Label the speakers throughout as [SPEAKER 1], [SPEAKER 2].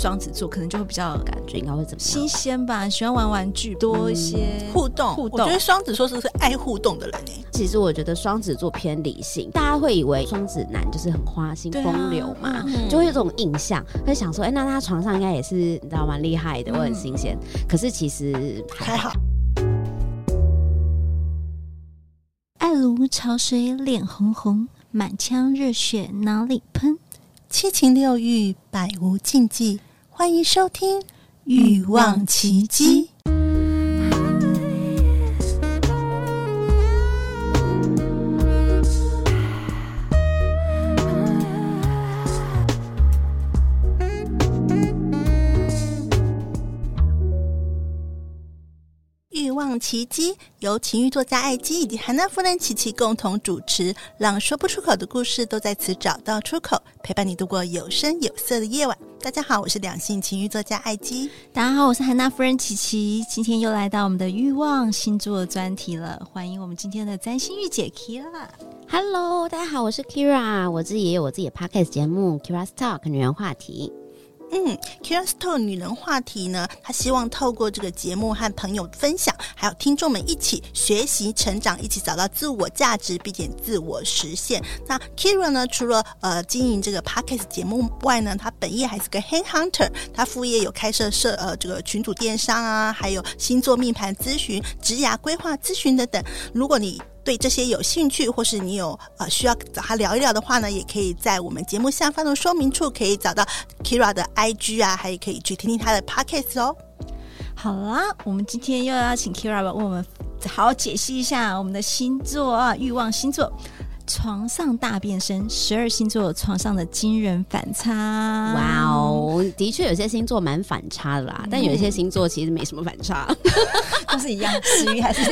[SPEAKER 1] 双子座，可能就会比较
[SPEAKER 2] 感觉应该会怎么
[SPEAKER 1] 新
[SPEAKER 2] 样？
[SPEAKER 1] 鲜吧，喜欢玩玩具，多一些
[SPEAKER 3] 互动，
[SPEAKER 1] 互
[SPEAKER 3] 我
[SPEAKER 1] 动
[SPEAKER 3] 觉得。双子座是不是爱互动的人哎、
[SPEAKER 2] 其实我觉得双子座偏理性，大家会以为双子男就是很花心、
[SPEAKER 1] 对啊
[SPEAKER 2] 风流嘛，
[SPEAKER 3] 嗯
[SPEAKER 2] 就会有这种印象，会想说，哎、那他床上应该也是你知道蛮厉害的，我很新鲜。可是其实
[SPEAKER 3] 还好，
[SPEAKER 4] 爱如潮水，脸红红，满腔热血哪里喷？
[SPEAKER 3] 七情六欲，百无禁忌。欢迎收听《
[SPEAKER 4] 欲望奇迹》。
[SPEAKER 3] 欲望奇迹由情欲作家艾姬以及韩娜夫人琪琪共同主持，让说不出口的故事都在此找到出口，陪伴你度过有声有色的夜晚。大家好，我是两性情欲作家艾姬。
[SPEAKER 4] 大家好，我是韩娜夫人琪琪，今天又来到我们的欲望星座专题了，欢迎我们今天的占星御姐 Kira。
[SPEAKER 2] ，Hello，大家好，我是 Kira，我自己也有我自己的 podcast 节目 Kira's Talk 女人话题。
[SPEAKER 3] 嗯 k i r s t o 女人话题呢，她希望透过这个节目和朋友分享，还有听众们一起学习成长，一起找到自我价值，并且自我实现。那 Kira 呢，除了呃经营这个 Podcast 节目外呢，她本业还是个 Hand Hunter，她副业有开设社呃这个群组电商啊，还有星座命盘咨询、职涯规划咨询等等。如果你对这些有兴趣，或是你有呃需要找他聊一聊的话呢，也可以在我们节目下方的说明处可以找到 Kira 的 IG 啊，还可以去听听他的 Podcast 哦。
[SPEAKER 4] 好啦，我们今天又要请 Kira 为我们好好解析一下我们的星座啊，欲望星座。床上大变身，十二星座床上的惊人反差！
[SPEAKER 2] 哇！哦，的确有些星座蛮反差的啦，但有一些星座其实没什么反差。
[SPEAKER 1] 都是一样，死鱼还是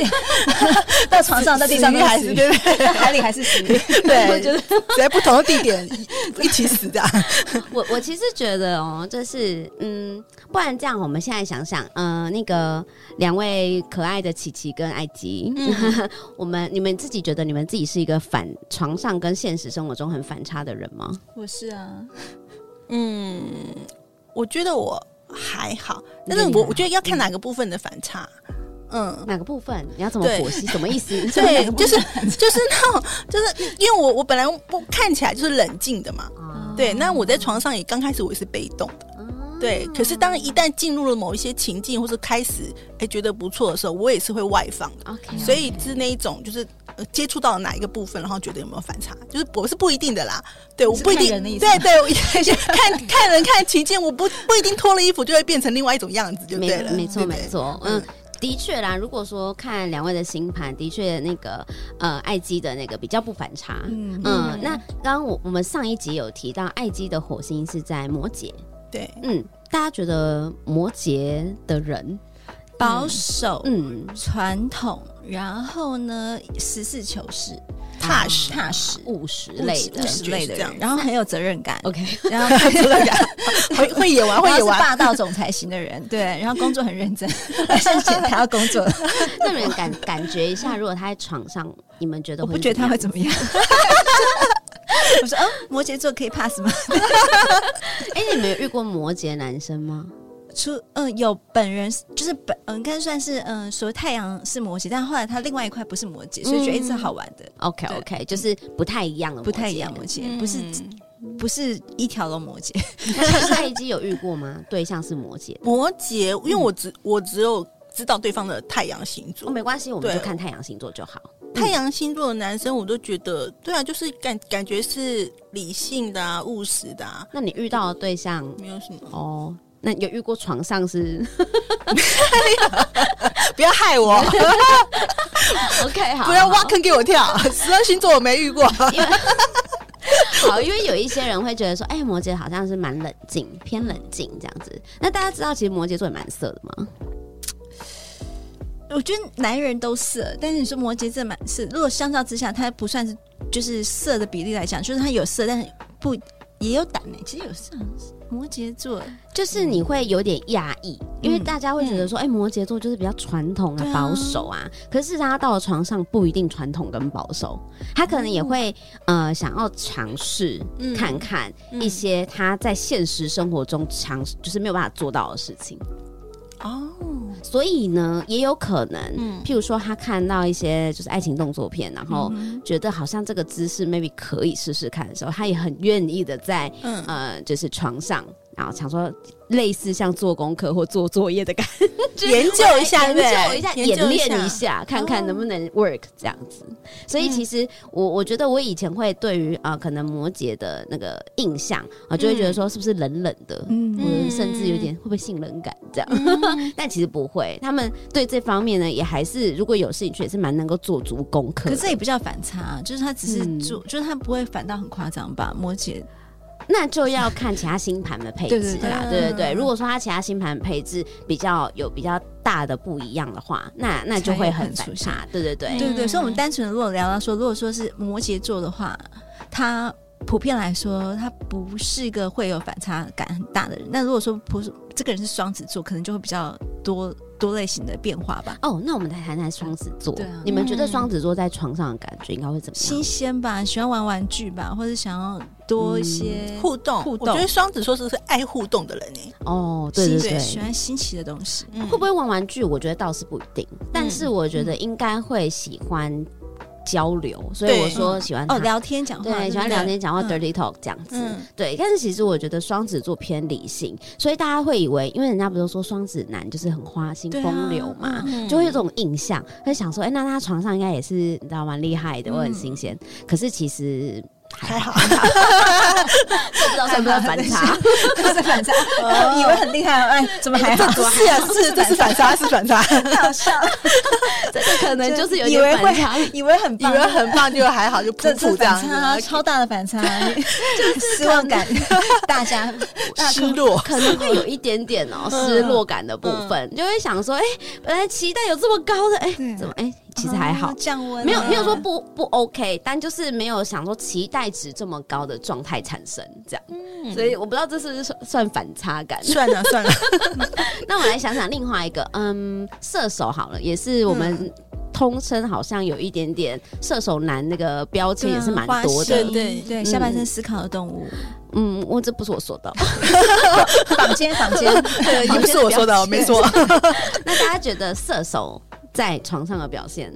[SPEAKER 1] 到床上，到地上都
[SPEAKER 3] 死鱼还是
[SPEAKER 1] 死鱼，到 海里还是死鱼。
[SPEAKER 3] 对，在不同的地点一一起死的、啊。
[SPEAKER 2] 我我其实觉得哦，就是嗯，不然这样，我们现在想想，呃，那个两位可爱的琪琪跟艾吉， 我们你们自己觉得你们自己是一个反床上跟现实生活中很反差的人吗？
[SPEAKER 1] 我是啊，
[SPEAKER 3] 嗯，我觉得我还好，嗯
[SPEAKER 2] 你觉
[SPEAKER 3] 但
[SPEAKER 2] 得
[SPEAKER 3] 是
[SPEAKER 2] 你
[SPEAKER 3] 我
[SPEAKER 2] 还好
[SPEAKER 3] 我觉得要看哪个部分的反差。嗯，
[SPEAKER 2] 哪个部分？你要怎么
[SPEAKER 3] 对
[SPEAKER 2] 剖析？什么意 思？
[SPEAKER 3] 对，就是就是那种，就是因为我我本来不看起来就是冷静的嘛。
[SPEAKER 2] 啊
[SPEAKER 3] 对，那我在床上也刚开始我也是被动的。
[SPEAKER 1] 啊
[SPEAKER 3] 对，可是当一旦进入了某一些情境，或是开始哎觉得不错的时候，我也是会外放的。
[SPEAKER 2] ，OK，
[SPEAKER 3] 所以是那一种，就是呃接触到哪一个部分，然后觉得有没有反差，就是我是不一定的啦。对，我
[SPEAKER 1] 是
[SPEAKER 3] 不一
[SPEAKER 1] 看
[SPEAKER 3] 定
[SPEAKER 1] 人的意，思
[SPEAKER 3] 对对，我 看看人看情境，我不不一定脱了衣服就会变成另外一种样子，就
[SPEAKER 2] 没
[SPEAKER 3] 对了。
[SPEAKER 2] 没错
[SPEAKER 3] 对不对
[SPEAKER 2] 没错，嗯。的确啦，如果说看两位的星盘，的确那个呃，艾姬的那个比较不反差，嗯
[SPEAKER 1] 嗯
[SPEAKER 2] 那刚刚我我们上一集有提到，艾姬的火星是在摩羯，
[SPEAKER 3] 对，
[SPEAKER 2] 嗯，大家觉得摩羯的人，
[SPEAKER 1] 保守、
[SPEAKER 2] 嗯，
[SPEAKER 1] 传统，然后呢，实事求是，
[SPEAKER 3] 踏实
[SPEAKER 2] 嗯
[SPEAKER 1] 踏实。
[SPEAKER 2] 务实类的
[SPEAKER 1] 务实类的
[SPEAKER 3] 就是这样
[SPEAKER 1] 人，然后很有责任感，
[SPEAKER 2] ，OK，
[SPEAKER 1] 然后 责任感，
[SPEAKER 3] 会会演完，会 啊
[SPEAKER 1] 然后
[SPEAKER 3] 演
[SPEAKER 1] 是
[SPEAKER 3] 完。
[SPEAKER 1] 霸道总裁型的人，对，然后工作很认真，甚至还要工作，
[SPEAKER 2] 那你们感感觉一下，如果他在床上，你们觉得
[SPEAKER 1] 我
[SPEAKER 2] 会
[SPEAKER 1] 不觉得他会怎
[SPEAKER 2] 么
[SPEAKER 1] 么样。 我说，嗯，摩羯座可以 pass 吗？
[SPEAKER 2] 样？哎、你们有遇过摩羯男生吗？
[SPEAKER 1] 出嗯、有本人就是本嗯、应该算是嗯、所谓太阳是摩羯，但后来他另外一块不是摩羯，所以觉得一直好玩的，
[SPEAKER 2] OK
[SPEAKER 1] 对
[SPEAKER 2] OK，就是不太一样的，
[SPEAKER 1] 不太一样摩。羯，不是
[SPEAKER 3] 嗯
[SPEAKER 1] 不是一条龙摩羯，
[SPEAKER 2] 那艾姬有遇过吗？ 对象是摩羯的，
[SPEAKER 3] 摩羯，因为我只我只有知道对方的太阳星
[SPEAKER 2] 哦，
[SPEAKER 3] 座，
[SPEAKER 2] 没关系，我们
[SPEAKER 3] 对
[SPEAKER 2] 就看太阳星座就好。
[SPEAKER 3] 太阳星座的男生我都觉得，对啊，就是感感觉是理性的啊，务实的啊，
[SPEAKER 2] 那你遇到的对象
[SPEAKER 3] 没有什么。
[SPEAKER 2] 哦，那有遇过床上是
[SPEAKER 3] 不要害我，
[SPEAKER 2] OK 好，
[SPEAKER 3] 不要
[SPEAKER 2] 好
[SPEAKER 3] 挖坑给我 跳。十二星座我没遇过，
[SPEAKER 2] 好，因为有一些人会觉得说，哎、摩羯好像是蛮冷静，偏冷静这样子。那大家知道，其实摩羯座也蛮色的吗？
[SPEAKER 1] 我觉得男人都色，但是你说摩羯这蛮是，如果相较之下，他不算是就是色的比例来讲，就是他有色，但是不也有胆呢、其实有上摩羯座，
[SPEAKER 2] 就是你会有点压抑，因为大家会觉得说，哎、摩羯座就是比较传统啊
[SPEAKER 1] 对、啊
[SPEAKER 2] 保守啊。可是事实上，他到了床上不一定传统跟保守，他可能也会、呃想要尝试
[SPEAKER 3] 嗯
[SPEAKER 2] 看看一些他在现实生活中尝就是没有办法做到的事情。
[SPEAKER 3] 哦，
[SPEAKER 2] 所以呢，也有可能，
[SPEAKER 3] 嗯
[SPEAKER 2] 譬如说他看到一些就是爱情动作片，然后觉得好像这个姿势 maybe 可以试试看的时候，他也很愿意的在
[SPEAKER 3] 嗯，
[SPEAKER 2] 呃，就是床上，然后想说类似像做功课或做作业的感觉，
[SPEAKER 3] 研究一下
[SPEAKER 2] 研
[SPEAKER 3] 对不对
[SPEAKER 2] 究一下，
[SPEAKER 3] 研究
[SPEAKER 2] 演
[SPEAKER 3] 一
[SPEAKER 2] 练
[SPEAKER 3] 下
[SPEAKER 2] 一下，看看能不能 work 这样子。所以其实我我觉得我以前会对于啊、呃可能摩羯的那个印象啊、呃就会觉得说是不是冷冷的。
[SPEAKER 1] 嗯
[SPEAKER 2] 或者甚至有点会不会性冷感这样， 但其实不会。他们对这方面呢，也还是如果有兴趣，也是蛮能够做足功课
[SPEAKER 1] 可
[SPEAKER 2] 的。
[SPEAKER 1] 是也不叫反差、啊，就是他只
[SPEAKER 2] 嗯
[SPEAKER 1] 是做，就是他不会反倒很夸张吧？摩羯
[SPEAKER 2] 那就要看其他星盘的配置啦，
[SPEAKER 1] 对对
[SPEAKER 2] 对
[SPEAKER 1] 对
[SPEAKER 2] 对对。如果说它其他星盘配置比较有比较大的不一样的话，那那就会很
[SPEAKER 1] 才
[SPEAKER 2] 反
[SPEAKER 1] 会很出
[SPEAKER 2] 差，对对对。
[SPEAKER 1] 对对对，所以我们单纯的如果聊到说，如果说是摩羯座的话，他普遍来说他不是一个会有反差感很大的人。那如果说不是这个人是双子座，可能就会比较多多类型的变化吧，
[SPEAKER 2] 哦，那我们来谈谈双子座
[SPEAKER 1] 对啊，
[SPEAKER 2] 你们觉得双子座在床上的感觉应该会怎么
[SPEAKER 1] 新
[SPEAKER 2] 样？
[SPEAKER 1] 鲜吧，喜欢玩玩具吧，或者想要多一些
[SPEAKER 3] 互动，
[SPEAKER 1] 互动
[SPEAKER 3] 我觉得双子座是不是爱互动的人欸呢、
[SPEAKER 2] 哦，对
[SPEAKER 1] 新
[SPEAKER 2] 对
[SPEAKER 1] 鲜
[SPEAKER 2] 对，
[SPEAKER 1] 喜欢新奇的东西。
[SPEAKER 3] 嗯
[SPEAKER 2] 会不会玩玩具？我觉得倒是不一定，但
[SPEAKER 1] 嗯
[SPEAKER 2] 是我觉得应该会喜欢交流，所以
[SPEAKER 3] 对
[SPEAKER 2] 我说喜欢
[SPEAKER 1] 哦，
[SPEAKER 2] 他
[SPEAKER 1] 聊天讲话，
[SPEAKER 2] 对，喜欢
[SPEAKER 1] 不
[SPEAKER 2] 聊天讲话、
[SPEAKER 1] 嗯
[SPEAKER 2] dirty talk 这样子。
[SPEAKER 3] 嗯
[SPEAKER 2] 对，但是其实我觉得双子座偏理性，所以大家会以为，因为人家不是说双子男就是很花心、
[SPEAKER 1] 对啊
[SPEAKER 2] 风流嘛，
[SPEAKER 3] 嗯
[SPEAKER 2] 就会有这种印象，会想说，哎、那他床上应该也是你知道蛮厉害的，我很新鲜。
[SPEAKER 1] 嗯
[SPEAKER 2] 可是其实 还
[SPEAKER 3] 还
[SPEAKER 2] 好，
[SPEAKER 3] 好，
[SPEAKER 2] 不知道算不算反 差？
[SPEAKER 1] 这是反差，以为很厉害，哎，怎么 还好？
[SPEAKER 3] 是啊，是这是反差，是反差，
[SPEAKER 1] 太好笑了，
[SPEAKER 2] 这个可能就是有
[SPEAKER 1] 以为
[SPEAKER 2] 点
[SPEAKER 1] 会
[SPEAKER 2] 反差。
[SPEAKER 1] 以为很
[SPEAKER 3] 以为很棒，就还好，就普
[SPEAKER 1] 这
[SPEAKER 3] 普
[SPEAKER 1] 这
[SPEAKER 3] 这样
[SPEAKER 1] 反差
[SPEAKER 3] 子，
[SPEAKER 1] 超大的反差， 失望感， 大家
[SPEAKER 3] 失落。
[SPEAKER 2] 可能会有一点点哦、
[SPEAKER 1] 嗯
[SPEAKER 2] 失落感的部分，就会想说，哎、本来期待有这么高的，哎、
[SPEAKER 1] 对
[SPEAKER 2] 怎么，哎、其实还好，
[SPEAKER 1] 哦降温了，
[SPEAKER 2] 没有没有说不不 OK，但就是没有想说期待值这么高的状态产生这样，
[SPEAKER 1] 嗯
[SPEAKER 2] 所以我不知道这是不是算算反差 感。
[SPEAKER 3] 算了 算了，
[SPEAKER 2] 那我们来想想另外一个，嗯，射手好了，也是我们
[SPEAKER 1] 嗯
[SPEAKER 2] 通称好像有一点点射手男那个标签
[SPEAKER 1] 对啊
[SPEAKER 2] 也是蛮多
[SPEAKER 1] 花
[SPEAKER 2] 的
[SPEAKER 1] 心
[SPEAKER 3] 对。对
[SPEAKER 1] 对，下半身思考的动物，
[SPEAKER 2] 嗯，我这不是我说的哦，
[SPEAKER 1] 房间房间，
[SPEAKER 3] 对， 也不是我说的，我没 说。
[SPEAKER 2] 那大家觉得射手在床上的表现？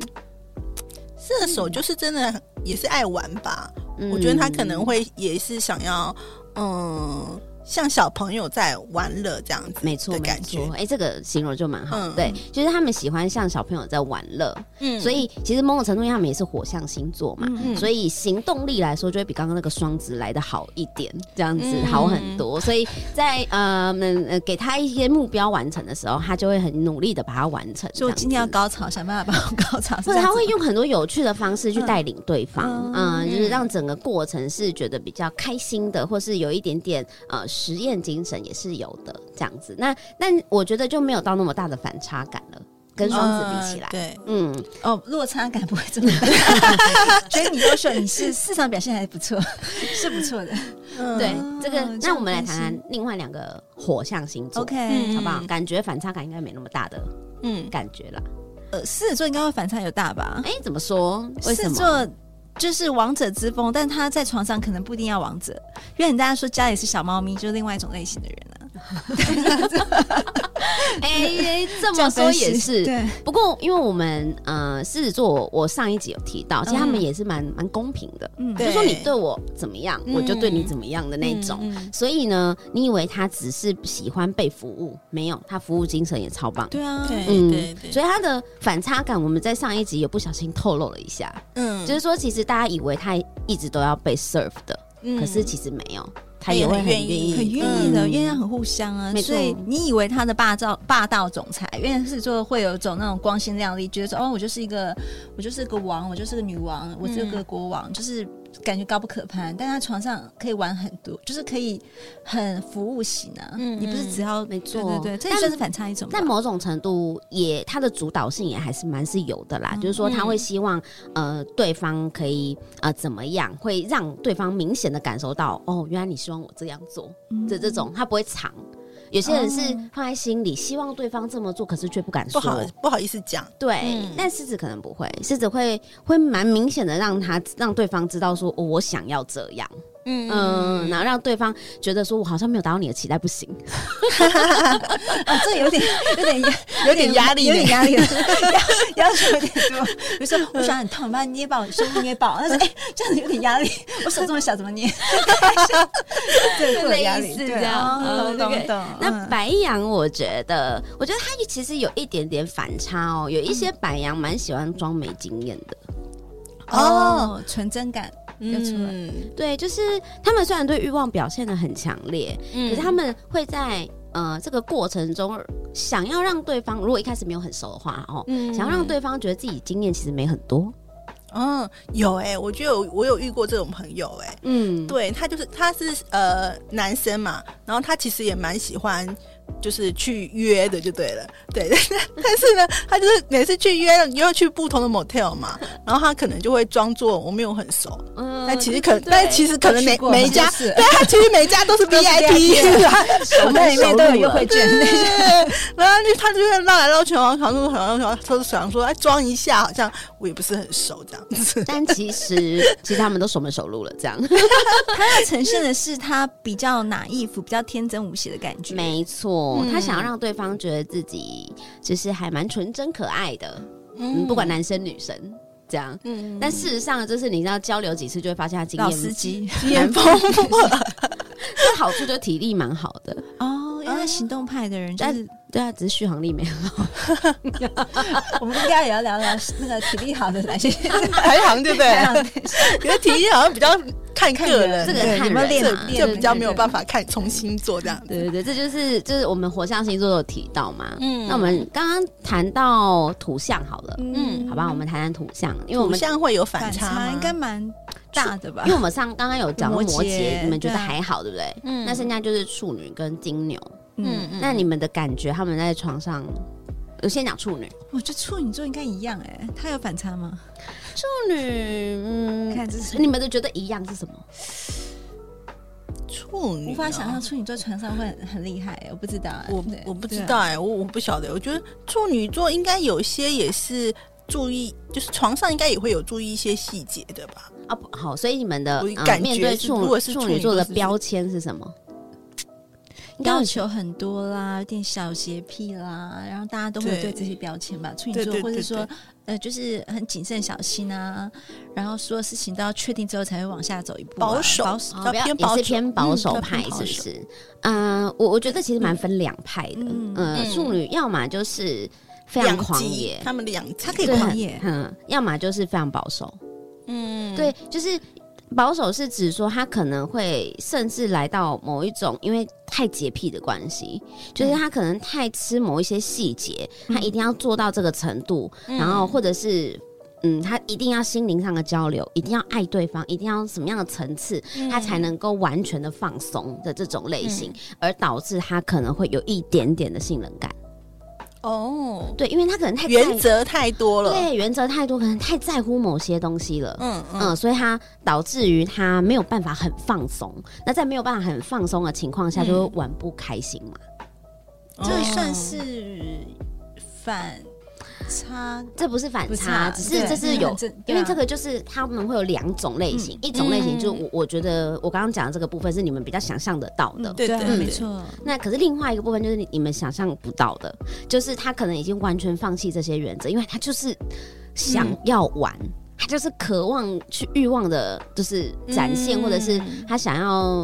[SPEAKER 3] 射手就是真的也是爱玩吧，
[SPEAKER 2] 嗯
[SPEAKER 3] 我觉得他可能会也是想要，嗯，像小朋友在玩乐这样子，
[SPEAKER 2] 没错
[SPEAKER 3] 的
[SPEAKER 2] 没
[SPEAKER 3] 感觉
[SPEAKER 2] 错，哎、这个形容就蛮好。
[SPEAKER 3] 嗯
[SPEAKER 2] 对，就是他们喜欢像小朋友在玩乐，
[SPEAKER 3] 嗯
[SPEAKER 2] 所以其实某种程度上，他们也是火象星座嘛，
[SPEAKER 1] 嗯
[SPEAKER 2] 所以行动力来说，就会比刚刚那个双子来的好一点，这样子
[SPEAKER 3] 嗯
[SPEAKER 2] 好很多。所以在呃嗯呃给他一些目标完成的时候，他就会很努力的把它完成。
[SPEAKER 1] 所以我今天要高潮，想办法把我高潮，
[SPEAKER 2] 这样子。或者他会用很多有趣的方式去带领对方，嗯
[SPEAKER 1] 嗯
[SPEAKER 2] 就是让整个过程是觉得比较开心的，或是有一点点呃实验精神也是有的这样子。那那我觉得就没有到那么大的反差感了，跟双子比起来，
[SPEAKER 3] 对，
[SPEAKER 2] 嗯，
[SPEAKER 1] 哦，落差感不会这么 大，觉得你优秀，你是市场表现还不错， 是不错的。
[SPEAKER 3] 呃嗯
[SPEAKER 2] 对
[SPEAKER 1] 哦，
[SPEAKER 2] 这个
[SPEAKER 1] 这样
[SPEAKER 2] 那我们来
[SPEAKER 1] 分
[SPEAKER 2] 谈
[SPEAKER 1] 析
[SPEAKER 2] 谈另外两个火象星座
[SPEAKER 1] OK，
[SPEAKER 2] 好不好？
[SPEAKER 3] 嗯
[SPEAKER 2] 感觉反差感应该没那么大的
[SPEAKER 3] 嗯，
[SPEAKER 2] 感觉了。
[SPEAKER 1] 呃，狮子座应该会反差有大吧？
[SPEAKER 2] 哎，怎么说？为
[SPEAKER 1] 狮
[SPEAKER 2] 什
[SPEAKER 1] 子
[SPEAKER 2] 么？
[SPEAKER 1] 座就是王者之风，但他在床上可能不一定要王者，因为很大家说家里是小猫咪，就是另外一种类型的人啊。
[SPEAKER 2] 哎，这
[SPEAKER 1] 这
[SPEAKER 2] 么
[SPEAKER 1] 样
[SPEAKER 2] 说
[SPEAKER 1] 分析
[SPEAKER 2] 也是。
[SPEAKER 1] 对，
[SPEAKER 2] 不过，因为我们呃狮子座，我上一集有提到，其实他们也是蛮蛮公平的，
[SPEAKER 1] 嗯，
[SPEAKER 3] 嗯对
[SPEAKER 2] 就说你对我怎么样，
[SPEAKER 3] 嗯
[SPEAKER 2] 我就对你怎么样的那种。
[SPEAKER 3] 嗯
[SPEAKER 2] 所以呢，你以为他只是喜欢被服务，没有，他服务精神也超棒。
[SPEAKER 1] 对啊，
[SPEAKER 3] 对
[SPEAKER 2] 嗯
[SPEAKER 3] 对对，
[SPEAKER 2] 所以他的反差感，我们在上一集也不小心透露了一下。
[SPEAKER 3] 嗯
[SPEAKER 2] 就是说，其实大家以为他一直都要被 serve 的，
[SPEAKER 3] 嗯
[SPEAKER 2] 可是其实没有，他
[SPEAKER 3] 他也
[SPEAKER 2] 也会
[SPEAKER 3] 很
[SPEAKER 2] 很
[SPEAKER 3] 愿
[SPEAKER 2] 愿
[SPEAKER 3] 意
[SPEAKER 1] 很
[SPEAKER 2] 意。
[SPEAKER 1] 愿意的，
[SPEAKER 2] 嗯
[SPEAKER 1] 因为他很互相啊
[SPEAKER 2] 没，错
[SPEAKER 1] 所以你以为他的霸道霸道总裁，因为狮子座会有一种那种
[SPEAKER 2] 嗯
[SPEAKER 1] 光鲜亮丽，觉得说哦，我就是一个我就是个王，我就是个女王，我是个国王，就是感觉高不可攀，但他床上可以玩很多，就是可以很服务型啊。
[SPEAKER 3] 嗯
[SPEAKER 1] 你不是只要
[SPEAKER 2] 没错
[SPEAKER 1] 对对对，这也
[SPEAKER 2] 但
[SPEAKER 1] 算是反差一种吧。
[SPEAKER 2] 在某种程度也，他的主导性也还是蛮是有的
[SPEAKER 3] 嗯
[SPEAKER 2] 啦。就是说，他会希望呃对方可以呃怎么样，会让对方明显的感受到哦，原来你希望我这样做
[SPEAKER 1] 嗯
[SPEAKER 2] 的这
[SPEAKER 3] 嗯
[SPEAKER 2] 种，他不会藏。有些人是放在心里，希望对方这么做，可是却不敢说。
[SPEAKER 3] 不好不好意思讲，
[SPEAKER 2] 对，
[SPEAKER 3] 嗯
[SPEAKER 2] 但狮子可能不会，狮子会会蛮明显的让他让对方知道说，哦，我想要这样，
[SPEAKER 3] 嗯
[SPEAKER 2] 嗯，然后让对方觉得说我好像没有达到你的期待，不行。
[SPEAKER 1] 啊，这有点有点压
[SPEAKER 3] 有点压力呢
[SPEAKER 1] 有点压力了，要要求有点多。比如说，我手很痛，把你捏爆，胸部捏爆。但是，哎、这样子有点压力，我手这么小，怎么捏？对，会有压力，
[SPEAKER 2] 类似
[SPEAKER 1] 对
[SPEAKER 2] 这样
[SPEAKER 1] 哦
[SPEAKER 2] 嗯
[SPEAKER 1] 懂
[SPEAKER 2] 那个
[SPEAKER 1] 懂懂。
[SPEAKER 2] 那白羊，我觉得，我觉得他其实有一点点反差哦。有一些
[SPEAKER 3] 嗯
[SPEAKER 2] 白羊蛮喜欢装没经验的，
[SPEAKER 1] 嗯哦，纯真感，又出来
[SPEAKER 3] 嗯
[SPEAKER 2] 对，就是他们虽然对欲望表现的很强烈，可
[SPEAKER 3] 嗯
[SPEAKER 2] 是他们会在呃这个过程中，想要让对方，如果一开始没有很熟的话哦，
[SPEAKER 3] 嗯
[SPEAKER 2] 想要让对方觉得自己经验其实没很多，
[SPEAKER 3] 嗯有哎、我觉得有我有遇过这种朋友哎、
[SPEAKER 2] 嗯，
[SPEAKER 3] 对他就是他是呃男生嘛，然后他其实也蛮喜欢就是去约的就对了，对， 但是但是呢，他就是每次去约了，你要去不同的 motel 嘛，然后他可能就会装作我没有很熟，
[SPEAKER 2] 嗯
[SPEAKER 3] 但其实可
[SPEAKER 2] 对
[SPEAKER 3] 但其实可能每每一 家，
[SPEAKER 1] 是
[SPEAKER 3] 对他其实每一家都是 VIP，
[SPEAKER 1] 我们里面都有优惠券，
[SPEAKER 3] 对，然后就他就会绕来绕去，好像好像好像他想说，哎，装一下，好像我也不是很熟这样子。
[SPEAKER 2] 但其实 其实他们都熟门熟路了，这样
[SPEAKER 1] 它要呈现的是它比较拿衣服，比较天真无邪的感觉。
[SPEAKER 2] 没错，
[SPEAKER 3] 嗯
[SPEAKER 2] 他想要让对方觉得自己就是还蛮纯真可爱的，嗯，
[SPEAKER 3] 嗯
[SPEAKER 2] 不管男生女生这样。
[SPEAKER 3] 嗯，
[SPEAKER 2] 但事实上，就是你知道交流几次就会发现他经
[SPEAKER 1] 老
[SPEAKER 2] 验
[SPEAKER 1] 司，机
[SPEAKER 3] 经验丰富，
[SPEAKER 2] 这好处就是体力蛮好的，
[SPEAKER 1] 哦，因为他行动派的人就是
[SPEAKER 2] 对啊，只是续航力没有。
[SPEAKER 1] 我们应该也要聊聊那个体力好的哪些
[SPEAKER 3] 排行对不对？ 可是体力好像比较看个人，
[SPEAKER 2] 这个
[SPEAKER 1] 对
[SPEAKER 2] 看
[SPEAKER 1] 有没有
[SPEAKER 2] 人
[SPEAKER 1] 练
[SPEAKER 2] 嘛
[SPEAKER 1] 练
[SPEAKER 3] 这比较
[SPEAKER 1] 对
[SPEAKER 3] 没有办法看从星座这样。
[SPEAKER 2] 对对对，这就是就是我们火象星座有提到嘛。
[SPEAKER 3] 嗯
[SPEAKER 2] 那我们刚刚谈到土象好了，
[SPEAKER 1] 嗯
[SPEAKER 2] 好吧，我们谈谈土象，因为我
[SPEAKER 3] 土
[SPEAKER 2] 们
[SPEAKER 3] 象会有反
[SPEAKER 1] 反
[SPEAKER 3] 差
[SPEAKER 1] 差
[SPEAKER 3] 吗，
[SPEAKER 1] 应该蛮大的吧
[SPEAKER 2] 因为？我们上刚刚有讲过摩
[SPEAKER 1] 摩
[SPEAKER 2] 羯
[SPEAKER 1] 羯，
[SPEAKER 2] 你们觉得
[SPEAKER 1] 对啊
[SPEAKER 2] 还好，对不对？
[SPEAKER 3] 嗯
[SPEAKER 2] 那剩下就是处女跟金牛，
[SPEAKER 1] 嗯，
[SPEAKER 2] 那你们的感觉，他们在床上，我先讲处女，
[SPEAKER 1] 我觉得处女座应该一样哎，它有反差吗？
[SPEAKER 2] 处女，嗯，
[SPEAKER 1] 看这是
[SPEAKER 2] 你们都觉得一样是什么？
[SPEAKER 3] 处女
[SPEAKER 1] 无
[SPEAKER 3] 哦
[SPEAKER 1] 法想象。处女座床上会很很厉害欸，我不知道欸，
[SPEAKER 3] 我
[SPEAKER 1] 对
[SPEAKER 3] 我不知道，哎、我我不晓得。我觉得处女座应该有些也是注意，就是床上应该也会有注意一些细节的吧。
[SPEAKER 2] 啊，不好，所以你们的
[SPEAKER 3] 我
[SPEAKER 2] 呃
[SPEAKER 3] 感觉
[SPEAKER 2] 面对
[SPEAKER 3] 是
[SPEAKER 2] 处
[SPEAKER 3] 如果是
[SPEAKER 2] 处
[SPEAKER 3] 处
[SPEAKER 2] 女
[SPEAKER 3] 女
[SPEAKER 2] 座的
[SPEAKER 3] 座是
[SPEAKER 2] 标签是什么？应
[SPEAKER 1] 对
[SPEAKER 2] 该
[SPEAKER 1] 要
[SPEAKER 2] 有
[SPEAKER 1] 求很多啦，有点小洁癖啦，然后大家都会
[SPEAKER 3] 对
[SPEAKER 1] 对这些标签吧，处女
[SPEAKER 3] 对
[SPEAKER 1] 座
[SPEAKER 3] 对
[SPEAKER 1] 或者
[SPEAKER 3] 对
[SPEAKER 1] 说
[SPEAKER 3] 对
[SPEAKER 1] 呃，就是很谨慎小心啊，然后所有事情都要确定之后才会往下走一步啊，
[SPEAKER 3] 保守
[SPEAKER 1] 保守
[SPEAKER 2] 哦
[SPEAKER 3] 比较
[SPEAKER 2] 不要
[SPEAKER 3] 偏
[SPEAKER 2] 也
[SPEAKER 3] 保
[SPEAKER 2] 是
[SPEAKER 3] 守
[SPEAKER 2] 偏保守
[SPEAKER 1] 嗯
[SPEAKER 2] 派，
[SPEAKER 1] 比较
[SPEAKER 2] 是不
[SPEAKER 1] 偏
[SPEAKER 2] 是？嗯、我我觉得其实蛮分两派的。嗯
[SPEAKER 1] 嗯，
[SPEAKER 3] 嗯
[SPEAKER 2] 处女要么就是非常
[SPEAKER 3] 两
[SPEAKER 2] 狂
[SPEAKER 3] 极
[SPEAKER 2] 野，
[SPEAKER 3] 他们的两极，
[SPEAKER 1] 他可以
[SPEAKER 2] 对
[SPEAKER 1] 狂野
[SPEAKER 2] 嗯，要么就是非常保守。
[SPEAKER 3] 嗯，
[SPEAKER 2] 对，就是保守是指说他可能会甚至来到某一种，因为太洁癖的关系，就是
[SPEAKER 3] 嗯
[SPEAKER 2] 他可能太吃某一些细节，他一定要做到这个程度，
[SPEAKER 3] 嗯
[SPEAKER 2] 然后或者是。嗯，他一定要心灵上的交流，一定要爱对方，一定要什么样的层次，
[SPEAKER 3] 嗯
[SPEAKER 2] 他才能够完全的放松的这种类型，而导致他可能会有一点点的信任感。
[SPEAKER 3] 哦，
[SPEAKER 2] 对，因为他可能太在
[SPEAKER 3] 原则太多了。
[SPEAKER 2] 对原则太多，可能太在乎某些东西了。
[SPEAKER 3] 嗯嗯
[SPEAKER 2] 嗯，所以他导致于他没有办法很放松。那在没有办法很放松的情况
[SPEAKER 1] 嗯
[SPEAKER 2] 下，就会玩不开心嘛。
[SPEAKER 1] 这算是反差
[SPEAKER 2] 这不是反
[SPEAKER 1] 不是
[SPEAKER 2] 差，
[SPEAKER 1] 啊
[SPEAKER 2] 只是
[SPEAKER 1] 对
[SPEAKER 2] 这是
[SPEAKER 1] 嗯
[SPEAKER 2] 有
[SPEAKER 1] 这对啊，嗯
[SPEAKER 2] 因为这个就是他们会有两种类型，一种类型就是我我觉得我刚刚讲的这个部分是你们比较想象得到的。
[SPEAKER 1] 嗯
[SPEAKER 3] 对
[SPEAKER 1] 对
[SPEAKER 3] 对
[SPEAKER 1] 没错，
[SPEAKER 2] 那可是另外一个部分就是你你们想象不到的，就是他可能已经完全放弃这些原则，因为他就是想要玩，他就是渴望去欲望的，就是展现，
[SPEAKER 3] 嗯
[SPEAKER 2] 或者是他想要，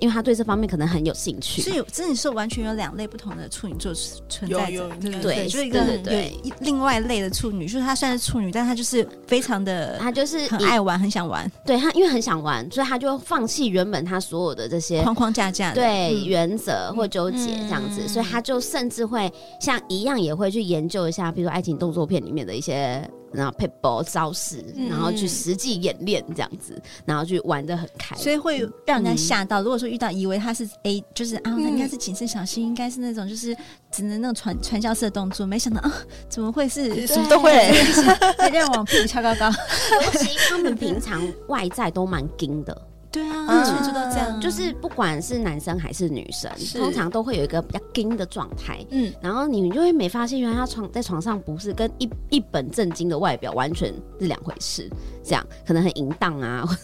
[SPEAKER 2] 因为他对这方面可能很有兴趣。
[SPEAKER 1] 所以真的是完全有两类不同的处女座存在着
[SPEAKER 3] 有有，
[SPEAKER 1] 对
[SPEAKER 2] 对
[SPEAKER 1] 就是一个
[SPEAKER 2] 对对对
[SPEAKER 1] 有一另外一类的处女，就是她虽然是处女，但她就是非常的
[SPEAKER 2] 他就是
[SPEAKER 1] 很
[SPEAKER 2] 以
[SPEAKER 1] 爱玩，很想玩，
[SPEAKER 2] 对他，因为很想玩，所以他就放弃原本他所有的这些
[SPEAKER 1] 框框架架的，
[SPEAKER 2] 对、
[SPEAKER 1] 嗯
[SPEAKER 2] 原则或纠结这样子，所以他就甚至会像一样也会去研究一下，比如说爱情动作片里面的一些然后 p a b l 招式，
[SPEAKER 3] 嗯
[SPEAKER 2] 然后去实际演练这样子，然后去玩的很开。
[SPEAKER 1] 所以会让人家吓到。如果说遇到以为他是 A，就是啊，那应该是
[SPEAKER 3] 嗯
[SPEAKER 1] 谨慎小心，应该是那种就是只能那种传传销式的动作，没想到啊，怎么会是
[SPEAKER 3] 什么都会
[SPEAKER 1] 对会让往屁股翘高高？
[SPEAKER 2] 尤其他们平常外在都蛮硬的，
[SPEAKER 1] 对啊，
[SPEAKER 3] 嗯
[SPEAKER 1] 处处都这样，
[SPEAKER 2] 就是不管是男生还是女生，
[SPEAKER 3] 是
[SPEAKER 2] 通常都会有一个比较硬的状态。
[SPEAKER 1] 嗯，
[SPEAKER 2] 然后你就会没发现，原来他床在床上不是跟一一本正经的外表完全是两回事，这样可能很淫荡啊，或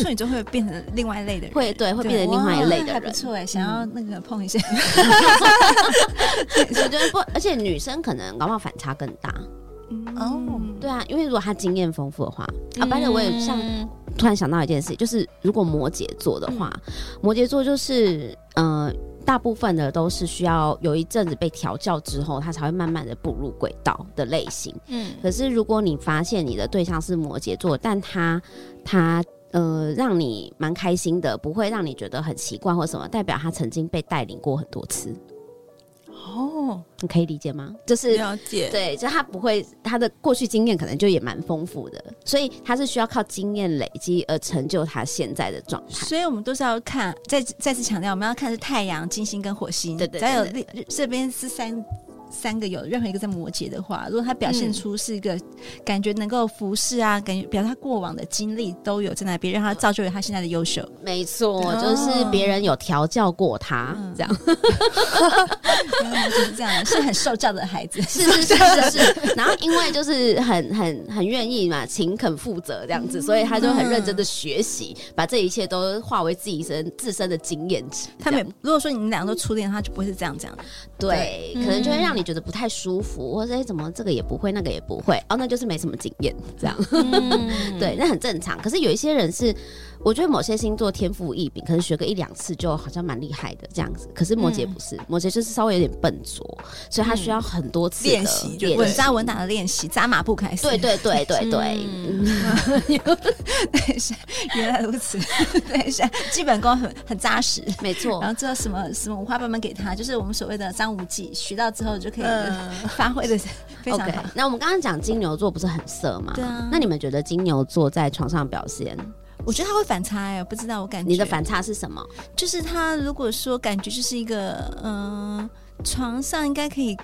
[SPEAKER 1] 处女座会变成另外一类的人，
[SPEAKER 2] 会对会变成另外一类
[SPEAKER 1] 哇那
[SPEAKER 2] 的
[SPEAKER 1] 还
[SPEAKER 2] 人嗯
[SPEAKER 1] 不。错哎，想要那个碰一下，
[SPEAKER 2] 嗯我觉得不，而且女生可能搞不好反差更大。
[SPEAKER 3] 哦
[SPEAKER 2] 对啊，因为如果她经验丰富的话，啊，反正我也像
[SPEAKER 1] 嗯
[SPEAKER 2] 突然想到一件事，就是如果摩羯座的话，摩羯座就是呃，大部分的都是需要有一阵子被调教之后，他才会慢慢的步入轨道的类型。
[SPEAKER 3] 嗯，
[SPEAKER 2] 可是如果你发现你的对象是摩羯座，但他他呃让你蛮开心的，不会让你觉得很奇怪或什么，代表他曾经被带领过很多次，
[SPEAKER 3] 哦，
[SPEAKER 2] 你可以理解吗？就是
[SPEAKER 3] 了解，
[SPEAKER 2] 对，就他不会，他的过去经验可能就也蛮丰富的，所以他是需要靠经验累积而成就他现在的状态。
[SPEAKER 1] 所以我们都是要看，再再次强调，我们要看是太阳、金星跟火星。
[SPEAKER 2] 对对对
[SPEAKER 1] 只要有
[SPEAKER 2] 对
[SPEAKER 1] 另这边是三三个有任何一个在摩羯的话，如果他表现出是一个感觉能够服侍啊，感觉表示他过往的经历都有在那边，让他造就了他现在的优秀。
[SPEAKER 2] 没错，
[SPEAKER 3] 哦
[SPEAKER 2] 就是别人有调教过他，
[SPEAKER 1] 嗯
[SPEAKER 2] 这样
[SPEAKER 1] 原来就是这样，是很受教的孩子。
[SPEAKER 2] 是是是是是。 然后因为就是很很很愿意嘛，勤恳负责这样子，所以他就很认真的学习，把这一切都化为自己身自身的经验值。
[SPEAKER 1] 他们
[SPEAKER 2] 这样
[SPEAKER 1] 也如果说你们两个都初恋，他就不会是这样这样。
[SPEAKER 2] 对，嗯
[SPEAKER 3] 对
[SPEAKER 2] 可能就会让你觉得不太舒服，或者哎、怎么这个也不会，那个也不会，哦，那就是没什么经验这样。
[SPEAKER 3] 嗯，
[SPEAKER 2] 对，那很正常。可是有一些人是，我觉得某些星座天赋异禀，可能学个一两次就好像蛮厉害的这样子。可是摩
[SPEAKER 1] 嗯
[SPEAKER 2] 羯不是，摩羯就是稍微有点笨拙，所以他需要很多次的
[SPEAKER 3] 练习就
[SPEAKER 1] 稳
[SPEAKER 2] 练习。
[SPEAKER 1] 扎稳打的练习，扎马步开始。
[SPEAKER 2] 对，对对对对，嗯
[SPEAKER 1] 原来如此。 对，是基本功很很扎实。
[SPEAKER 2] 没错
[SPEAKER 1] 然。后之后什么什么五花八门给他，就是我们所谓的张无忌，学到之后就可以
[SPEAKER 3] 嗯
[SPEAKER 1] 发挥的非常
[SPEAKER 2] OK，
[SPEAKER 1] 好。
[SPEAKER 2] 那我们刚刚讲金牛座不是很色吗？
[SPEAKER 1] 对啊
[SPEAKER 2] 那你们觉得金牛座在床上表现，
[SPEAKER 1] 我觉得他会反差哎、我不知道，我感觉
[SPEAKER 2] 你的反差是什么？
[SPEAKER 1] 就是他如果说感觉就是一个嗯、呃床上应该可以。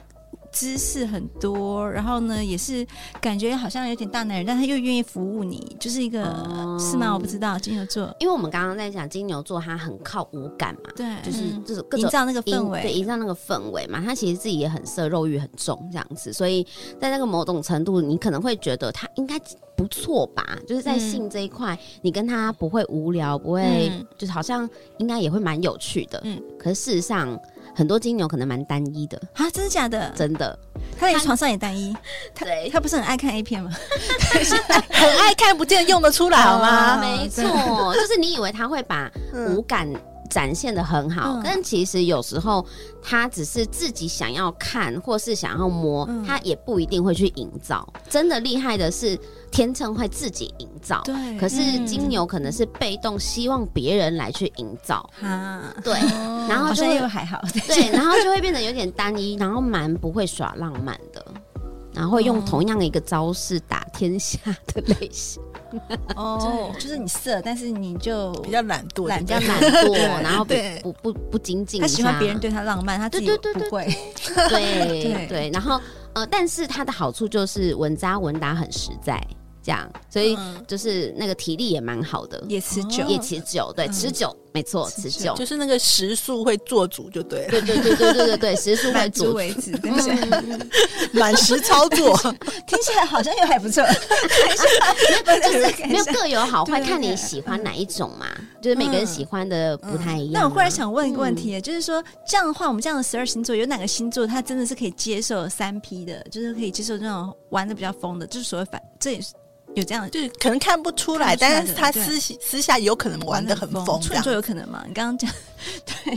[SPEAKER 1] 知识很多，然后呢，也是感觉好像有点大男人，但他又愿意服务你，就是一个、
[SPEAKER 2] 哦
[SPEAKER 1] 是吗？我不知道，金牛座
[SPEAKER 2] 因为我们刚刚在讲金牛座，他很靠五感嘛，
[SPEAKER 1] 对，
[SPEAKER 2] 就是
[SPEAKER 3] 嗯
[SPEAKER 2] 就是各
[SPEAKER 1] 营
[SPEAKER 2] 种
[SPEAKER 1] 造那个氛
[SPEAKER 2] 营对，
[SPEAKER 1] 围，
[SPEAKER 2] 营造那个氛围嘛。他其实自己也很色，肉欲很重这样子，所以在那个某种程度，你可能会觉得他应该不错吧，就是在
[SPEAKER 3] 嗯
[SPEAKER 2] 性这一块，你跟他不会无聊，不会、
[SPEAKER 3] 嗯
[SPEAKER 2] 就是好像应该也会蛮有趣的。
[SPEAKER 3] 嗯
[SPEAKER 2] 可是事实上，很多金牛可能蛮单一的，
[SPEAKER 1] 啊，真的假的？
[SPEAKER 2] 真的。
[SPEAKER 1] 他在床上也单一，
[SPEAKER 2] 对
[SPEAKER 1] 他不是很爱看 A 片吗？
[SPEAKER 3] 很爱看，不见得用得出来，好
[SPEAKER 1] 啊
[SPEAKER 3] 吗？嗯
[SPEAKER 2] 没错，就是你以为他会把五感展现的很好，
[SPEAKER 1] 嗯
[SPEAKER 2] 但其实有时候他只是自己想要看或是想要摸，
[SPEAKER 1] 嗯
[SPEAKER 2] 他也不一定会去营造。真的厉害的是天秤会自己营造，
[SPEAKER 1] 对
[SPEAKER 2] 可是金牛可能是被动，希望别人来去营造。
[SPEAKER 1] 啊，
[SPEAKER 2] 对，然后
[SPEAKER 1] 好
[SPEAKER 2] 就
[SPEAKER 1] 像
[SPEAKER 2] 会
[SPEAKER 1] 又还好，
[SPEAKER 2] 对，然后就会变得有点单一，然后蛮不会耍浪漫的，然后会用
[SPEAKER 1] 哦
[SPEAKER 2] 同样的一个招式打天下的类型。
[SPEAKER 1] 哦，就是你色，但是你就
[SPEAKER 3] 比较懒惰，
[SPEAKER 1] 懒
[SPEAKER 2] 比较
[SPEAKER 3] 对不对
[SPEAKER 2] 懒惰，然后不
[SPEAKER 3] 对
[SPEAKER 2] 不不不精进一下，
[SPEAKER 1] 他喜欢别人对他浪漫，他自己
[SPEAKER 2] 对对对
[SPEAKER 1] 不会。
[SPEAKER 2] 对
[SPEAKER 1] 对
[SPEAKER 2] 对，然后呃，但是它的好处就是稳扎稳打，很实在，这样，所以
[SPEAKER 3] 嗯
[SPEAKER 2] 就是那个体力也蛮好的，
[SPEAKER 1] 也持久
[SPEAKER 2] 哦也持久，对，
[SPEAKER 1] 嗯
[SPEAKER 2] 持久，没错，持
[SPEAKER 1] 持久
[SPEAKER 2] 久，
[SPEAKER 3] 就是那个时速会做主就对了，
[SPEAKER 2] 对对对对对对对，时速会
[SPEAKER 1] 满足
[SPEAKER 2] 阻
[SPEAKER 1] 为止，对不对？
[SPEAKER 2] 嗯，
[SPEAKER 3] 满时操作，
[SPEAKER 1] 听起来好像又还不错，就是
[SPEAKER 2] 没有各有好坏，
[SPEAKER 1] 对对
[SPEAKER 2] 看你
[SPEAKER 1] 对嗯
[SPEAKER 2] 喜欢哪一种嘛，就是每个人喜欢的不太一样嘛。
[SPEAKER 1] 那我忽然想问一个问题，就是说这样的话，我们这样的十二星座，有哪个星座他真的是可以接受三 P 的，就是可以接受那种玩的比较疯的，就是所谓反，这也是有这样的
[SPEAKER 3] 就是可能看不出
[SPEAKER 1] 看不
[SPEAKER 3] 来，
[SPEAKER 1] 出来
[SPEAKER 3] 但是他
[SPEAKER 1] 对
[SPEAKER 3] 私私下有可能玩的很疯，
[SPEAKER 1] 处
[SPEAKER 3] 这
[SPEAKER 1] 女
[SPEAKER 3] 样
[SPEAKER 1] 座有可能吗？你刚刚讲，对，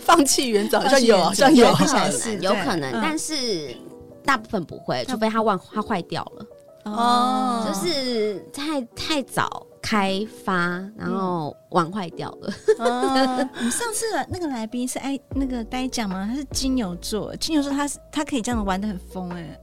[SPEAKER 3] 放弃原则好
[SPEAKER 1] 放
[SPEAKER 3] 像
[SPEAKER 1] 弃
[SPEAKER 3] 有，
[SPEAKER 1] 原则
[SPEAKER 3] 好像
[SPEAKER 1] 有
[SPEAKER 3] 有
[SPEAKER 1] 可，能
[SPEAKER 2] 可
[SPEAKER 1] 是
[SPEAKER 2] 能有可
[SPEAKER 1] 对
[SPEAKER 2] 能
[SPEAKER 1] 嗯，
[SPEAKER 2] 但是大部分不会，除非它万它坏掉了，
[SPEAKER 1] 嗯
[SPEAKER 3] 哦
[SPEAKER 2] 就是太太早开发，然
[SPEAKER 1] 嗯
[SPEAKER 2] 后玩坏掉了。
[SPEAKER 3] 嗯
[SPEAKER 1] 我们上次来那个来宾是哎那个呆讲吗？他是金牛座，金牛座他是他可以这样玩的很疯哎、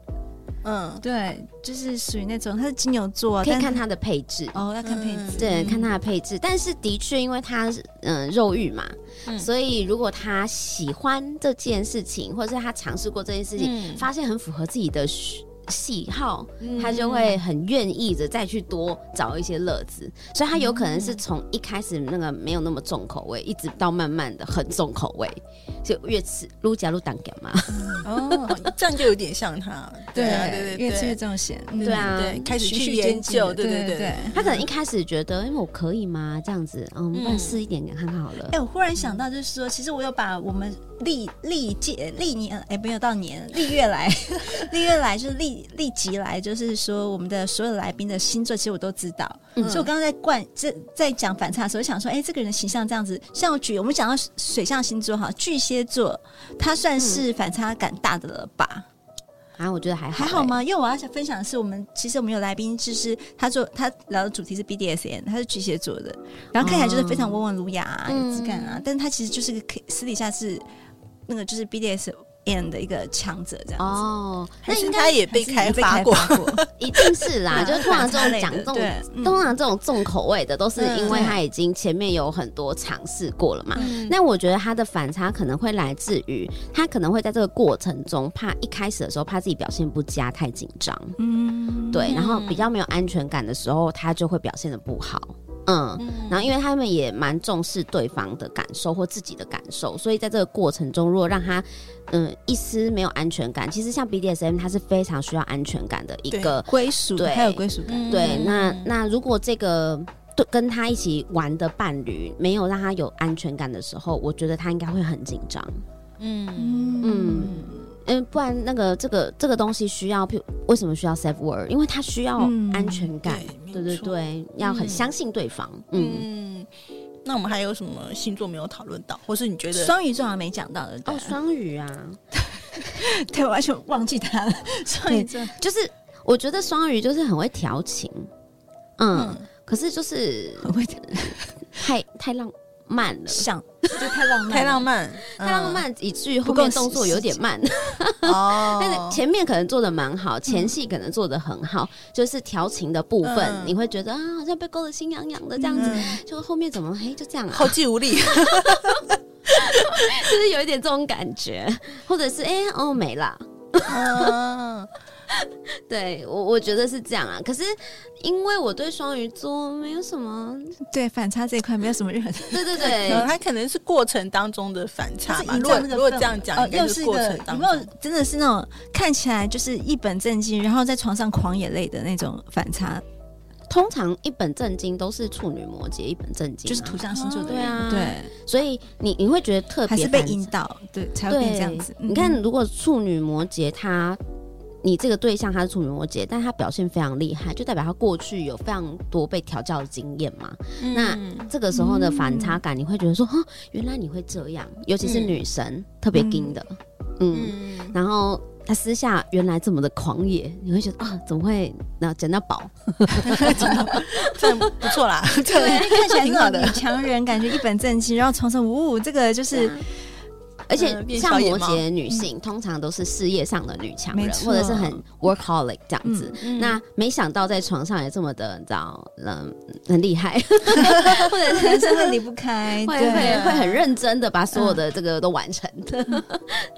[SPEAKER 3] 嗯，
[SPEAKER 1] 对，就是属于那种他是金牛座啊，
[SPEAKER 2] 可以
[SPEAKER 1] 但
[SPEAKER 2] 看它的配置。
[SPEAKER 1] 哦，要看配
[SPEAKER 3] 嗯
[SPEAKER 1] 置，
[SPEAKER 2] 对，看它的配置，但是的确，因为它嗯肉欲嘛，
[SPEAKER 3] 嗯
[SPEAKER 2] 所以如果他喜欢这件事情，或者是他尝试过这件事情，
[SPEAKER 3] 嗯
[SPEAKER 2] 发现很符合自己的需喜好，他就会很愿意的再去多找一些乐子，所以他有可能是从一开始那个没有那么重口味，一直到慢慢的很重口味，就越吃撸夹撸胆干嘛？
[SPEAKER 1] 哦，
[SPEAKER 3] 这样就有点像他，啊，对
[SPEAKER 1] 越
[SPEAKER 3] 对
[SPEAKER 1] 吃越
[SPEAKER 3] 对，
[SPEAKER 1] 重咸，嗯
[SPEAKER 2] 对啊
[SPEAKER 3] 对，开始
[SPEAKER 1] 循
[SPEAKER 3] 去
[SPEAKER 1] 序
[SPEAKER 3] 研
[SPEAKER 1] 渐进
[SPEAKER 3] 究，
[SPEAKER 1] 的
[SPEAKER 3] 对
[SPEAKER 1] 对
[SPEAKER 3] 对对
[SPEAKER 1] 对。
[SPEAKER 2] 他可能一开始觉得，哎因为我可以吗？这样子，嗯，不然试一点点看看好了
[SPEAKER 1] 哎、。我忽然想到，就是说，其实我有把我们历历届历年，哎、没有到年，历月来， 历月来就是历历集来，就是说我们的所有来宾的星座，其实我都知道。
[SPEAKER 2] 嗯
[SPEAKER 1] 所以我刚刚在灌这在讲反差的时候，想说，哎、这个人形象这样子，像我举我们讲到水象星座哈，巨蟹座，他
[SPEAKER 3] 嗯
[SPEAKER 1] 算是反差感大的了吧？
[SPEAKER 2] 啊，我觉得还
[SPEAKER 1] 还
[SPEAKER 2] 好、
[SPEAKER 1] 好？吗？因为我要想分享的是，我们其实我们有来宾，就是他做他聊的主题是 BDSN，他是巨蟹座的，然后看起来就是非常温文儒雅、啊、
[SPEAKER 2] 嗯
[SPEAKER 1] 有质感啊，但是他其实就是个可以私底下是那个就是 BDSN 的一个强者这样子。
[SPEAKER 2] 哦，
[SPEAKER 3] 还
[SPEAKER 2] 那
[SPEAKER 3] 是
[SPEAKER 2] 应该
[SPEAKER 3] 他也被
[SPEAKER 1] 还是
[SPEAKER 3] 开
[SPEAKER 1] 被
[SPEAKER 3] 发过，
[SPEAKER 2] 一定是啦，就
[SPEAKER 1] 对啊
[SPEAKER 2] 通常
[SPEAKER 1] 反
[SPEAKER 2] 这
[SPEAKER 1] 差
[SPEAKER 2] 种
[SPEAKER 1] 类
[SPEAKER 2] 讲
[SPEAKER 1] 的
[SPEAKER 2] 这种
[SPEAKER 1] 对，嗯
[SPEAKER 2] 通常这种重口味的，都是因为
[SPEAKER 1] 嗯
[SPEAKER 2] 他已经前面有很多尝试过了嘛。
[SPEAKER 3] 嗯
[SPEAKER 2] 那我觉得他的反差可能会来自于他可能会在这个过程中怕一开始的时候怕自己表现不佳，太紧张，
[SPEAKER 1] 嗯，
[SPEAKER 2] 对，然后
[SPEAKER 3] 嗯
[SPEAKER 2] 比较没有安全感的时候，他就会表现的不好，嗯。然后，因为他们也蛮重视对方的感受或自己的感受，所以在这个过程中，如果让他嗯一丝没有安全感，其实像 BDSM 它是非常需要安全感的一个
[SPEAKER 1] 归属
[SPEAKER 2] 对
[SPEAKER 1] 还有归属感，
[SPEAKER 3] 嗯
[SPEAKER 2] 对，那那如果这个对跟他一起玩的伴侣没有让他有安全感的时候，我觉得他应该会很紧张。
[SPEAKER 3] 嗯
[SPEAKER 1] 嗯
[SPEAKER 2] 嗯嗯，不然那个这个这个东西需要，譬如为什么需要 safe word？因为他需要
[SPEAKER 1] 嗯
[SPEAKER 2] 安全感，
[SPEAKER 3] 对
[SPEAKER 2] 对
[SPEAKER 3] 没
[SPEAKER 2] 对
[SPEAKER 3] 错
[SPEAKER 2] 对，要很
[SPEAKER 3] 嗯
[SPEAKER 2] 相信对方。嗯，
[SPEAKER 3] 嗯，那我们还有什么星座没有讨论到，或是你觉得
[SPEAKER 1] 双鱼座好像没讲到的，对
[SPEAKER 2] 哦，双鱼啊，
[SPEAKER 1] 对，我完全忘记他了。双鱼座，
[SPEAKER 2] 就是我觉得双鱼就是很会调情，嗯，可是就是
[SPEAKER 1] 很会讲
[SPEAKER 2] 太太浪漫了。
[SPEAKER 1] 想，就 太浪漫了，
[SPEAKER 3] 太浪漫，
[SPEAKER 2] 太浪漫，以至于后
[SPEAKER 1] 不够
[SPEAKER 2] 面动作有点慢，
[SPEAKER 3] 嗯 哦，
[SPEAKER 2] 但是前面可能做的蛮好，
[SPEAKER 1] 嗯
[SPEAKER 2] 前戏可能做的很好，就是调情的部分，
[SPEAKER 3] 嗯
[SPEAKER 2] 你会觉得啊，好像被勾的心痒痒的这样子，
[SPEAKER 3] 嗯
[SPEAKER 2] 就后面怎么嘿就这样啊，
[SPEAKER 3] 后继无力，
[SPEAKER 2] 就是有一点这种感觉， 或者是哎、哦没啦，
[SPEAKER 3] 嗯
[SPEAKER 2] 对我我觉得是这样啊。可是因为我对双鱼座没有什么，
[SPEAKER 1] 对反差这一块没有什么任何的
[SPEAKER 2] 对对
[SPEAKER 3] 可 能
[SPEAKER 2] 对，
[SPEAKER 3] 他可能是过程当中的反差嘛。
[SPEAKER 1] 嗯就是营
[SPEAKER 3] 如果
[SPEAKER 1] 造那个
[SPEAKER 3] 如
[SPEAKER 1] 氛
[SPEAKER 3] 果这
[SPEAKER 1] 围
[SPEAKER 3] 样讲，
[SPEAKER 1] 哦，
[SPEAKER 3] 应该
[SPEAKER 1] 又
[SPEAKER 3] 就是
[SPEAKER 1] 一
[SPEAKER 3] 过
[SPEAKER 1] 个
[SPEAKER 3] 程
[SPEAKER 1] 有
[SPEAKER 3] 当
[SPEAKER 1] 没有
[SPEAKER 3] 中。
[SPEAKER 1] 真的是那种看起来就是一本正经，然后在床上狂眼泪的那种反差，
[SPEAKER 2] 通常一本正经都是处女摩羯一本正经啊、
[SPEAKER 1] 就是土象星座的人，
[SPEAKER 2] 哦对啊
[SPEAKER 1] 对，
[SPEAKER 2] 所以你你会觉得特
[SPEAKER 1] 还
[SPEAKER 2] 别
[SPEAKER 1] 是被
[SPEAKER 2] 反
[SPEAKER 1] 引导，对，才会
[SPEAKER 2] 对，
[SPEAKER 1] 变这样子。嗯
[SPEAKER 2] 你看，，如果处女摩羯她，你这个对象他是处女摩羯，但他表现非常厉害，就代表他过去有非常多被调教的经验嘛。
[SPEAKER 1] 嗯
[SPEAKER 2] 那这个时候的反差感，你会觉得说，哦，原来你会这样，尤其是
[SPEAKER 3] 嗯
[SPEAKER 2] 女生、特别硬的，嗯，
[SPEAKER 3] 嗯，
[SPEAKER 2] 然后。他私下原来这么的狂野，你会觉得啊，怎么会那捡到宝？
[SPEAKER 3] 这样不错啦，这
[SPEAKER 1] 对，
[SPEAKER 3] 样
[SPEAKER 1] 看起来
[SPEAKER 3] 挺好
[SPEAKER 1] 那种
[SPEAKER 3] 的
[SPEAKER 1] 女。强人，感觉一本正经，然后床上，呜，这个就是
[SPEAKER 2] 而且
[SPEAKER 1] 呃
[SPEAKER 3] 嗯变小
[SPEAKER 2] 像
[SPEAKER 3] 野
[SPEAKER 2] 摩
[SPEAKER 3] 猫
[SPEAKER 2] 羯女性，通常都是事业上的女强
[SPEAKER 1] 嗯没
[SPEAKER 2] 人，
[SPEAKER 1] 错
[SPEAKER 2] 或者是很 workaholic 这样子。
[SPEAKER 3] 嗯
[SPEAKER 2] 那没想到在床上也这么的，你知道，嗯，很厉害， 或者是
[SPEAKER 1] 男生会离不开，
[SPEAKER 2] 会
[SPEAKER 1] 对
[SPEAKER 2] 会会很认真的把所有的这个都完成。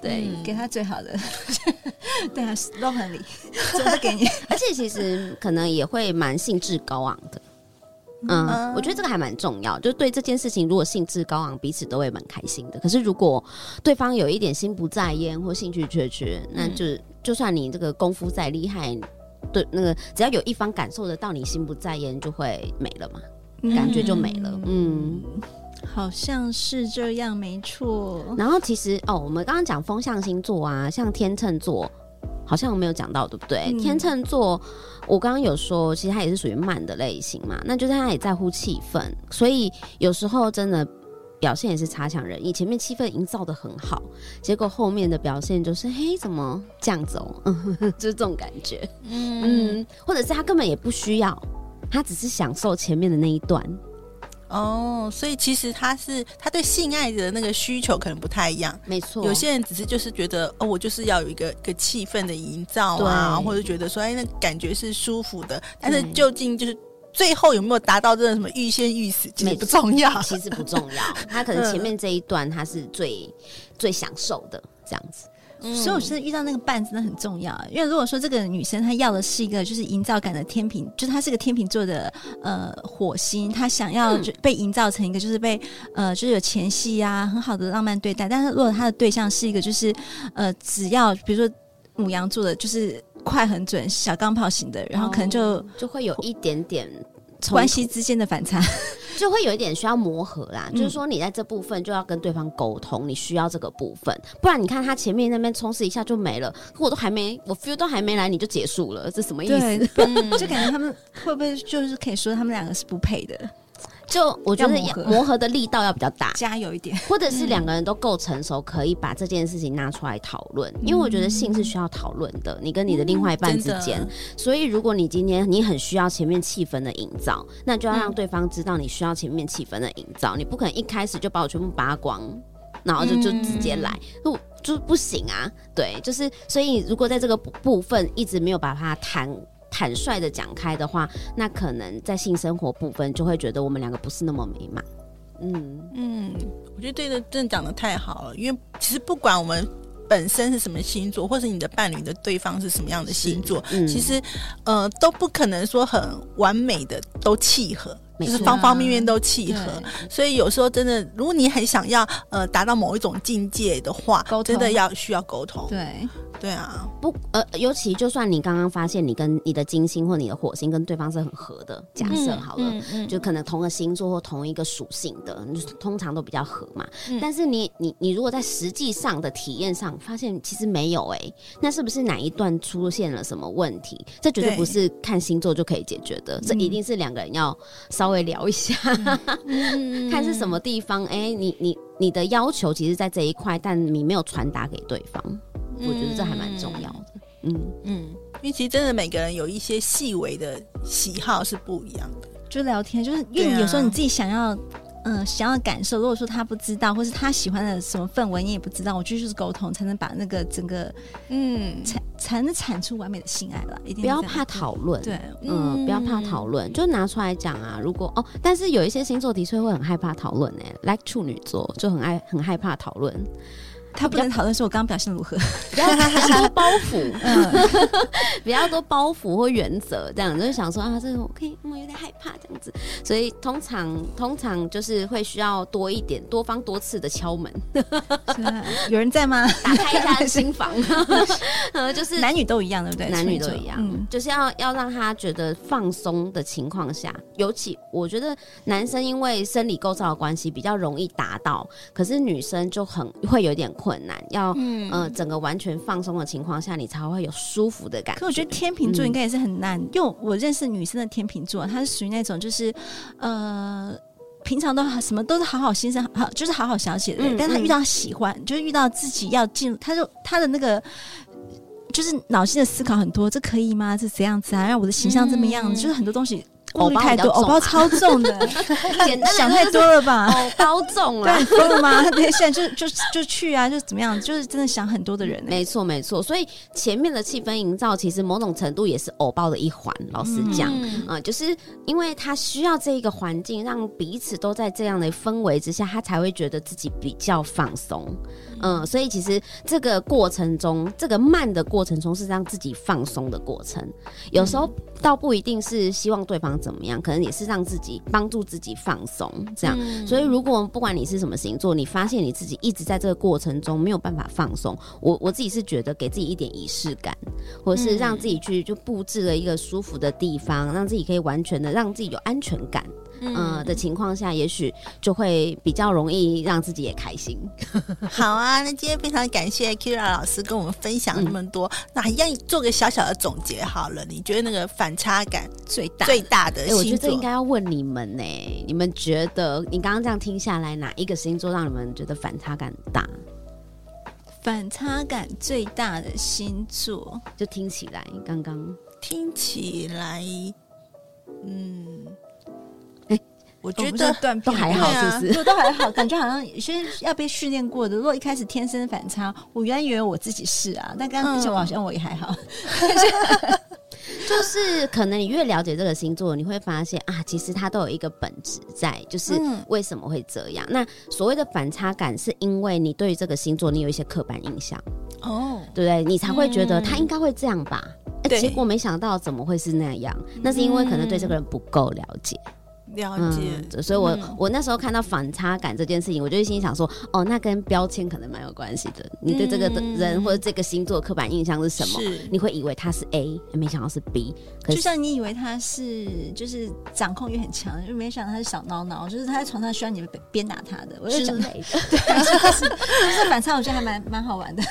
[SPEAKER 2] 对，
[SPEAKER 3] 嗯
[SPEAKER 1] 给他最好的， 对啊，都很理，总是给你。
[SPEAKER 2] 而且其实可能也会蛮兴致高昂的。嗯，我觉得这个还蛮重要，就对这件事情，如果兴致高昂，彼此都会蛮开心的。可是如果对方有一点心不在焉或兴趣缺缺，那就、就算你这个功夫再厉害，对那个只要有一方感受得到你心不在焉，就会没了嘛，感觉就没了。嗯
[SPEAKER 1] 好像是这样，没错。
[SPEAKER 2] 然后其实哦，我们刚刚讲风象星座啊，像天秤座，好像没有讲到，对不对？
[SPEAKER 1] 嗯
[SPEAKER 2] 天秤座，我刚刚有说，其实它也是属于慢的类型嘛，那就是它也在乎气氛，所以有时候真的。表现也是差强人意，前面气氛营造的很好，结果后面的表现就是，嘿，怎么这样子哦？ 嗯，就是这种感觉，
[SPEAKER 3] 嗯
[SPEAKER 2] 嗯，或者是他根本也不需要，他只是享受前面的那一段，
[SPEAKER 3] 哦，所以其实他是他对性爱的那个需求可能不太一样。
[SPEAKER 2] 没错，
[SPEAKER 3] 有些人只是就是觉得哦，我就是要有一个一个气氛的营造啊，
[SPEAKER 2] 对
[SPEAKER 3] 或者觉得说哎，那感觉是舒服的，但是
[SPEAKER 2] 对
[SPEAKER 1] 嗯
[SPEAKER 3] 究竟就是最后有没有达到这种什么欲仙欲死，其实
[SPEAKER 2] 没
[SPEAKER 3] 不重要。
[SPEAKER 2] 其实不重要， 他可
[SPEAKER 1] 嗯
[SPEAKER 2] 能前面这一段他是最最享受的这样子。
[SPEAKER 1] 所以我觉得遇到那个伴真的很重要，欸因为如果说这个女生她要的是一个就是营造感的天平，就是她是个天秤座的呃火星，她想要
[SPEAKER 2] 嗯
[SPEAKER 1] 就被营造成一个就是被呃就是有前戏啊，很好的浪漫对待。但是如果她的对象是一个就是呃只要比如说母羊座的，就是快很准小钢炮型的，然后可能就
[SPEAKER 2] 哦就会有一点点冲
[SPEAKER 1] 关系之间的反差。
[SPEAKER 2] 就会有一点需要磨合啦，
[SPEAKER 1] 嗯
[SPEAKER 2] 就是说你在这部分就要跟对方沟通，你需要这个部分，不然你看他前面那边冲刺一下就没了，可我都还没，我 feel 都还没来你就结束了，这什 么意思？
[SPEAKER 1] 对，嗯就感觉他们会不会就是可以说他们两个是不配的？
[SPEAKER 2] 就我觉得
[SPEAKER 1] 要磨合
[SPEAKER 2] 要磨合的力道要比较大，
[SPEAKER 1] 加油一点，
[SPEAKER 2] 或者是
[SPEAKER 3] 嗯
[SPEAKER 2] 两个人都够成熟，可以把这件事情拿出来讨论，因为我觉得性是需要讨论的，你跟你的另外一半之间，
[SPEAKER 3] 嗯真的
[SPEAKER 2] 所以如果你今天你很需要前面气氛的营造，那就要让对方知道你需要前面气氛的营造，你不可能一开始就把我全部扒光，然
[SPEAKER 3] 嗯
[SPEAKER 2] 后就就直接来，那我就不行啊，对，就是所以如果在这个部部分一直没有把它谈。坦率的讲开的话，那可能在性生活部分就会觉得我们两个不是那么美满。嗯，
[SPEAKER 3] 嗯，我觉得这个真的讲的太好了，因为其实不管我们本身是什么星座，或是你的伴侣的对方是什么样的星座，
[SPEAKER 2] 嗯
[SPEAKER 3] 其实呃都不可能说很完美的都契合。
[SPEAKER 2] 没
[SPEAKER 3] 就
[SPEAKER 2] 错
[SPEAKER 3] 是方方面面都契合
[SPEAKER 1] 对，
[SPEAKER 3] 所以有时候真的，如果你很想要呃达到某一种境界的话
[SPEAKER 1] 沟，通
[SPEAKER 3] 真的要需要沟通。
[SPEAKER 1] 对，
[SPEAKER 3] 对啊，
[SPEAKER 2] 不，呃，尤其就算你刚刚发现你跟你的金星或你的火星跟对方是很合的，假
[SPEAKER 3] 嗯
[SPEAKER 2] 设好了。就可能同个星座或同一个属性的，你就是通常都比较合嘛。
[SPEAKER 3] 嗯
[SPEAKER 2] 但是你你你如果在实际上的体验上发现其实没有哎、那是不是哪一段出现了什么问题？这绝对
[SPEAKER 3] 对
[SPEAKER 2] 不是看星座就可以解决的，这一定是两个人要稍微聊一下， 看是什么地方。哎、你你你的要求其实在这一块，但你没有传达给对方，我觉得这还蛮重要的。嗯
[SPEAKER 3] 嗯，因为其实真的每个人有一些细微的喜好是不一样的。
[SPEAKER 1] 就聊天，就是因为
[SPEAKER 3] 对啊
[SPEAKER 1] 你有时候你自己想要，嗯、想要感受。如果说他不知道，或是他喜欢的什么氛围，你也不知道，我觉得就是沟通才能把那个整个
[SPEAKER 3] 嗯，
[SPEAKER 1] 产才能产出完美的性爱了。一定
[SPEAKER 2] 不要
[SPEAKER 1] 是这样
[SPEAKER 2] 怕讨论，
[SPEAKER 1] 对，
[SPEAKER 2] 嗯，不要怕
[SPEAKER 3] 嗯
[SPEAKER 2] 讨论，就拿出来讲啊。如果哦，但是有一些星座的确会很害怕讨论哎，like 处女座就很爱很害怕讨论，
[SPEAKER 1] 他不能讨论说我刚刚表现如 何，
[SPEAKER 2] 比较比较多包袱， 比较多包袱或原则这样，就是想说啊，这个我可以，嗯我有点害怕这样子，所以通常通常就是会需要多一点多方多次的敲门，
[SPEAKER 1] 是吧有人在吗？
[SPEAKER 2] 打开一 下心房，呃，就是
[SPEAKER 1] 男女都一样，对不对？
[SPEAKER 2] 男女都
[SPEAKER 1] 处女
[SPEAKER 2] 一
[SPEAKER 1] 座
[SPEAKER 2] 样，
[SPEAKER 1] 嗯，
[SPEAKER 2] 就是要要让他觉得放松的情况下，尤其我觉得男生因为生理构造的关系比较容易达到，可是女生就很会有点困难，要嗯、呃整个完全放松的情况下，你才会有舒服的感
[SPEAKER 1] 可我觉得天秤座应该也是嗯很难，因为我认识女生的天秤座，她是属于那种就是，呃，平常都什么都是好好先生，好就是好好小姐的人，
[SPEAKER 2] 嗯
[SPEAKER 1] 但她
[SPEAKER 2] 嗯
[SPEAKER 1] 遇到喜欢，就是遇到自己要进入，她就她的那个。就是脑筋的思考很多，这可以吗？这怎样子啊？让我的形象怎么样？
[SPEAKER 3] 嗯
[SPEAKER 1] 就是很多东西顾虑
[SPEAKER 2] 包比
[SPEAKER 1] 太
[SPEAKER 2] 较
[SPEAKER 1] 多，
[SPEAKER 2] 重
[SPEAKER 1] 偶包
[SPEAKER 2] 啊
[SPEAKER 1] 超重的，
[SPEAKER 2] 觉，简单的
[SPEAKER 1] 想太
[SPEAKER 2] 就是
[SPEAKER 1] 多了吧？
[SPEAKER 2] 哦，包重
[SPEAKER 1] 对，
[SPEAKER 2] 了
[SPEAKER 1] 你。疯了吗？ 对，现在就就就去啊，就怎么样？就是真的想很多的人、欸，
[SPEAKER 2] 没错，没错，所以前面的气氛营造其实某种程度也是偶包的一环。老实讲，
[SPEAKER 3] 嗯
[SPEAKER 2] 啊、就是因为他需要这一个环境，让彼此都在这样的氛围之下，他才会觉得自己比较放松。嗯、所以其实这个过程中，这个慢的过程中是让自己放松的过程。有时候倒不一定是希望对方怎么样，可能也是让自己帮助自己放松这样。所以，如果不管你是什么星座，你发现你自己一直在这个过程中没有办法放松，我我自己是觉得给自己一点仪式感，或是让自己去就布置了一个舒服的地方，让自己可以完全的让自己有安全感，嗯、的情况下，也许就会比较容易让自己也开心。
[SPEAKER 3] 好啊，那今天非常感谢 Kira 老师跟我们分享那么多，那一样做个小小的总结好了。你觉得那个反差感
[SPEAKER 1] 最大
[SPEAKER 3] 最大的
[SPEAKER 2] 哎、我觉
[SPEAKER 3] 星
[SPEAKER 2] 得这
[SPEAKER 3] 座？
[SPEAKER 2] 应该要问你们呢、你们觉得你刚刚这样听下来，哪一个星座让你们觉得反差感大？
[SPEAKER 1] 反差感最大的星座，
[SPEAKER 2] 就听起来刚刚哎
[SPEAKER 3] 听起来，嗯，我
[SPEAKER 1] 我
[SPEAKER 3] 觉
[SPEAKER 1] 不是
[SPEAKER 3] 得
[SPEAKER 1] 断
[SPEAKER 2] 哦都
[SPEAKER 1] 片
[SPEAKER 2] 还
[SPEAKER 1] 吗
[SPEAKER 2] 好，
[SPEAKER 3] 对
[SPEAKER 2] 是
[SPEAKER 3] 啊
[SPEAKER 2] 不是？
[SPEAKER 1] 就嗯都还好，感觉好像有些要被训练过的。如果一开始天生反差，我原来以为我自己是啊，但刚刚之前我好像我也还好。
[SPEAKER 2] 就是可能你越了解这个星座，你会发现啊，其实它都有一个本质在，就是
[SPEAKER 3] 嗯
[SPEAKER 2] 为什么会这样。那所谓的反差感，是因为你对于这个星座你有一些刻板印象，
[SPEAKER 3] 哦，
[SPEAKER 2] 对不对？你才会觉得
[SPEAKER 1] 嗯
[SPEAKER 2] 他应该会这样吧。哎
[SPEAKER 1] 对
[SPEAKER 2] 结果没想到怎么会是那样？那是因为可能对这个人不够了解，
[SPEAKER 3] 了解，
[SPEAKER 2] 嗯，所以我、
[SPEAKER 3] 嗯
[SPEAKER 2] 我那时候看到反差感这件事情，我就心里想说，哦，那跟标签可能蛮有关系的。你对这个
[SPEAKER 3] 嗯
[SPEAKER 2] 人或者这个星座刻板印象是什么？
[SPEAKER 3] 是
[SPEAKER 2] 你会以为他是 A，没想到是 B，可
[SPEAKER 1] 嗯就是像你以为他是就是掌控欲很强，就没想到他是小孬孬，就是他在床上需要你鞭鞭打他的。我就
[SPEAKER 2] 之
[SPEAKER 1] 讲，
[SPEAKER 2] 类的。
[SPEAKER 1] 这反差我觉得还蛮蛮好玩的。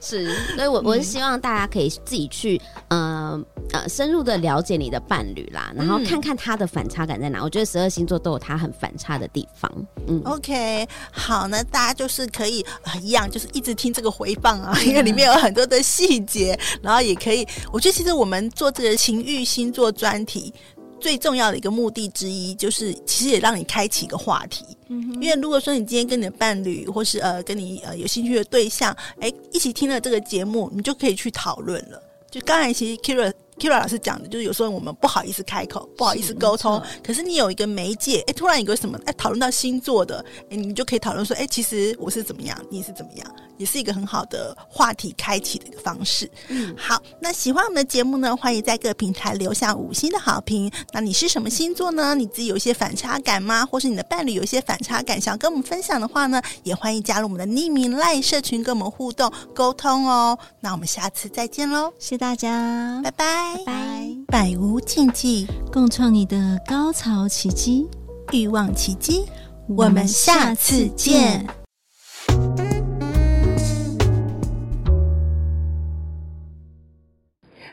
[SPEAKER 2] 是，所以
[SPEAKER 1] 嗯
[SPEAKER 2] 我我是希望大家可以自己去，呃呃，深入的了解你的伴侣啦，然
[SPEAKER 1] 嗯
[SPEAKER 2] 后看看他的反差感在哪。我觉得十二星座都有他很反差的地方，嗯。
[SPEAKER 3] OK，好，那大家就是可以啊、一样就是一直听这个回放啊，因为里面有很多的细节，然后也可以，我觉得其实我们做这个情欲星座专题。最重要的一个目的之一，就是其实也让你开启一个话题，因为如果说你今天跟你的伴侣，或是呃跟你呃有兴趣的对象，哎，一起听了这个节目，你就可以去讨论了。就刚才其实 Kira Kira 老师讲的，就是有时候我们不好意思开口，不好意思沟通
[SPEAKER 1] 没，
[SPEAKER 3] 可是你有一个媒介，哎，突然有个什么，哎，讨论到星座的，哎，你就可以讨论说，哎，其实我是怎么样，你是怎么样，也是一个很好的话题开启的一个方式。好，那喜欢我们的节目呢，欢迎在各平台留下五星的好评。那你是什么星座呢？你自己有一些反差感吗？或是你的伴侣有一些反差感，想要跟我们分享的话呢，也欢迎加入我们的匿名赖社群，跟我们互动沟通哦。那我们下次再见喽，
[SPEAKER 1] 谢谢大家，
[SPEAKER 3] 拜拜！
[SPEAKER 1] 拜，
[SPEAKER 3] 百无禁忌，
[SPEAKER 1] 呃共创你的高潮奇迹，
[SPEAKER 3] 欲望奇迹，
[SPEAKER 1] 我们下次见。。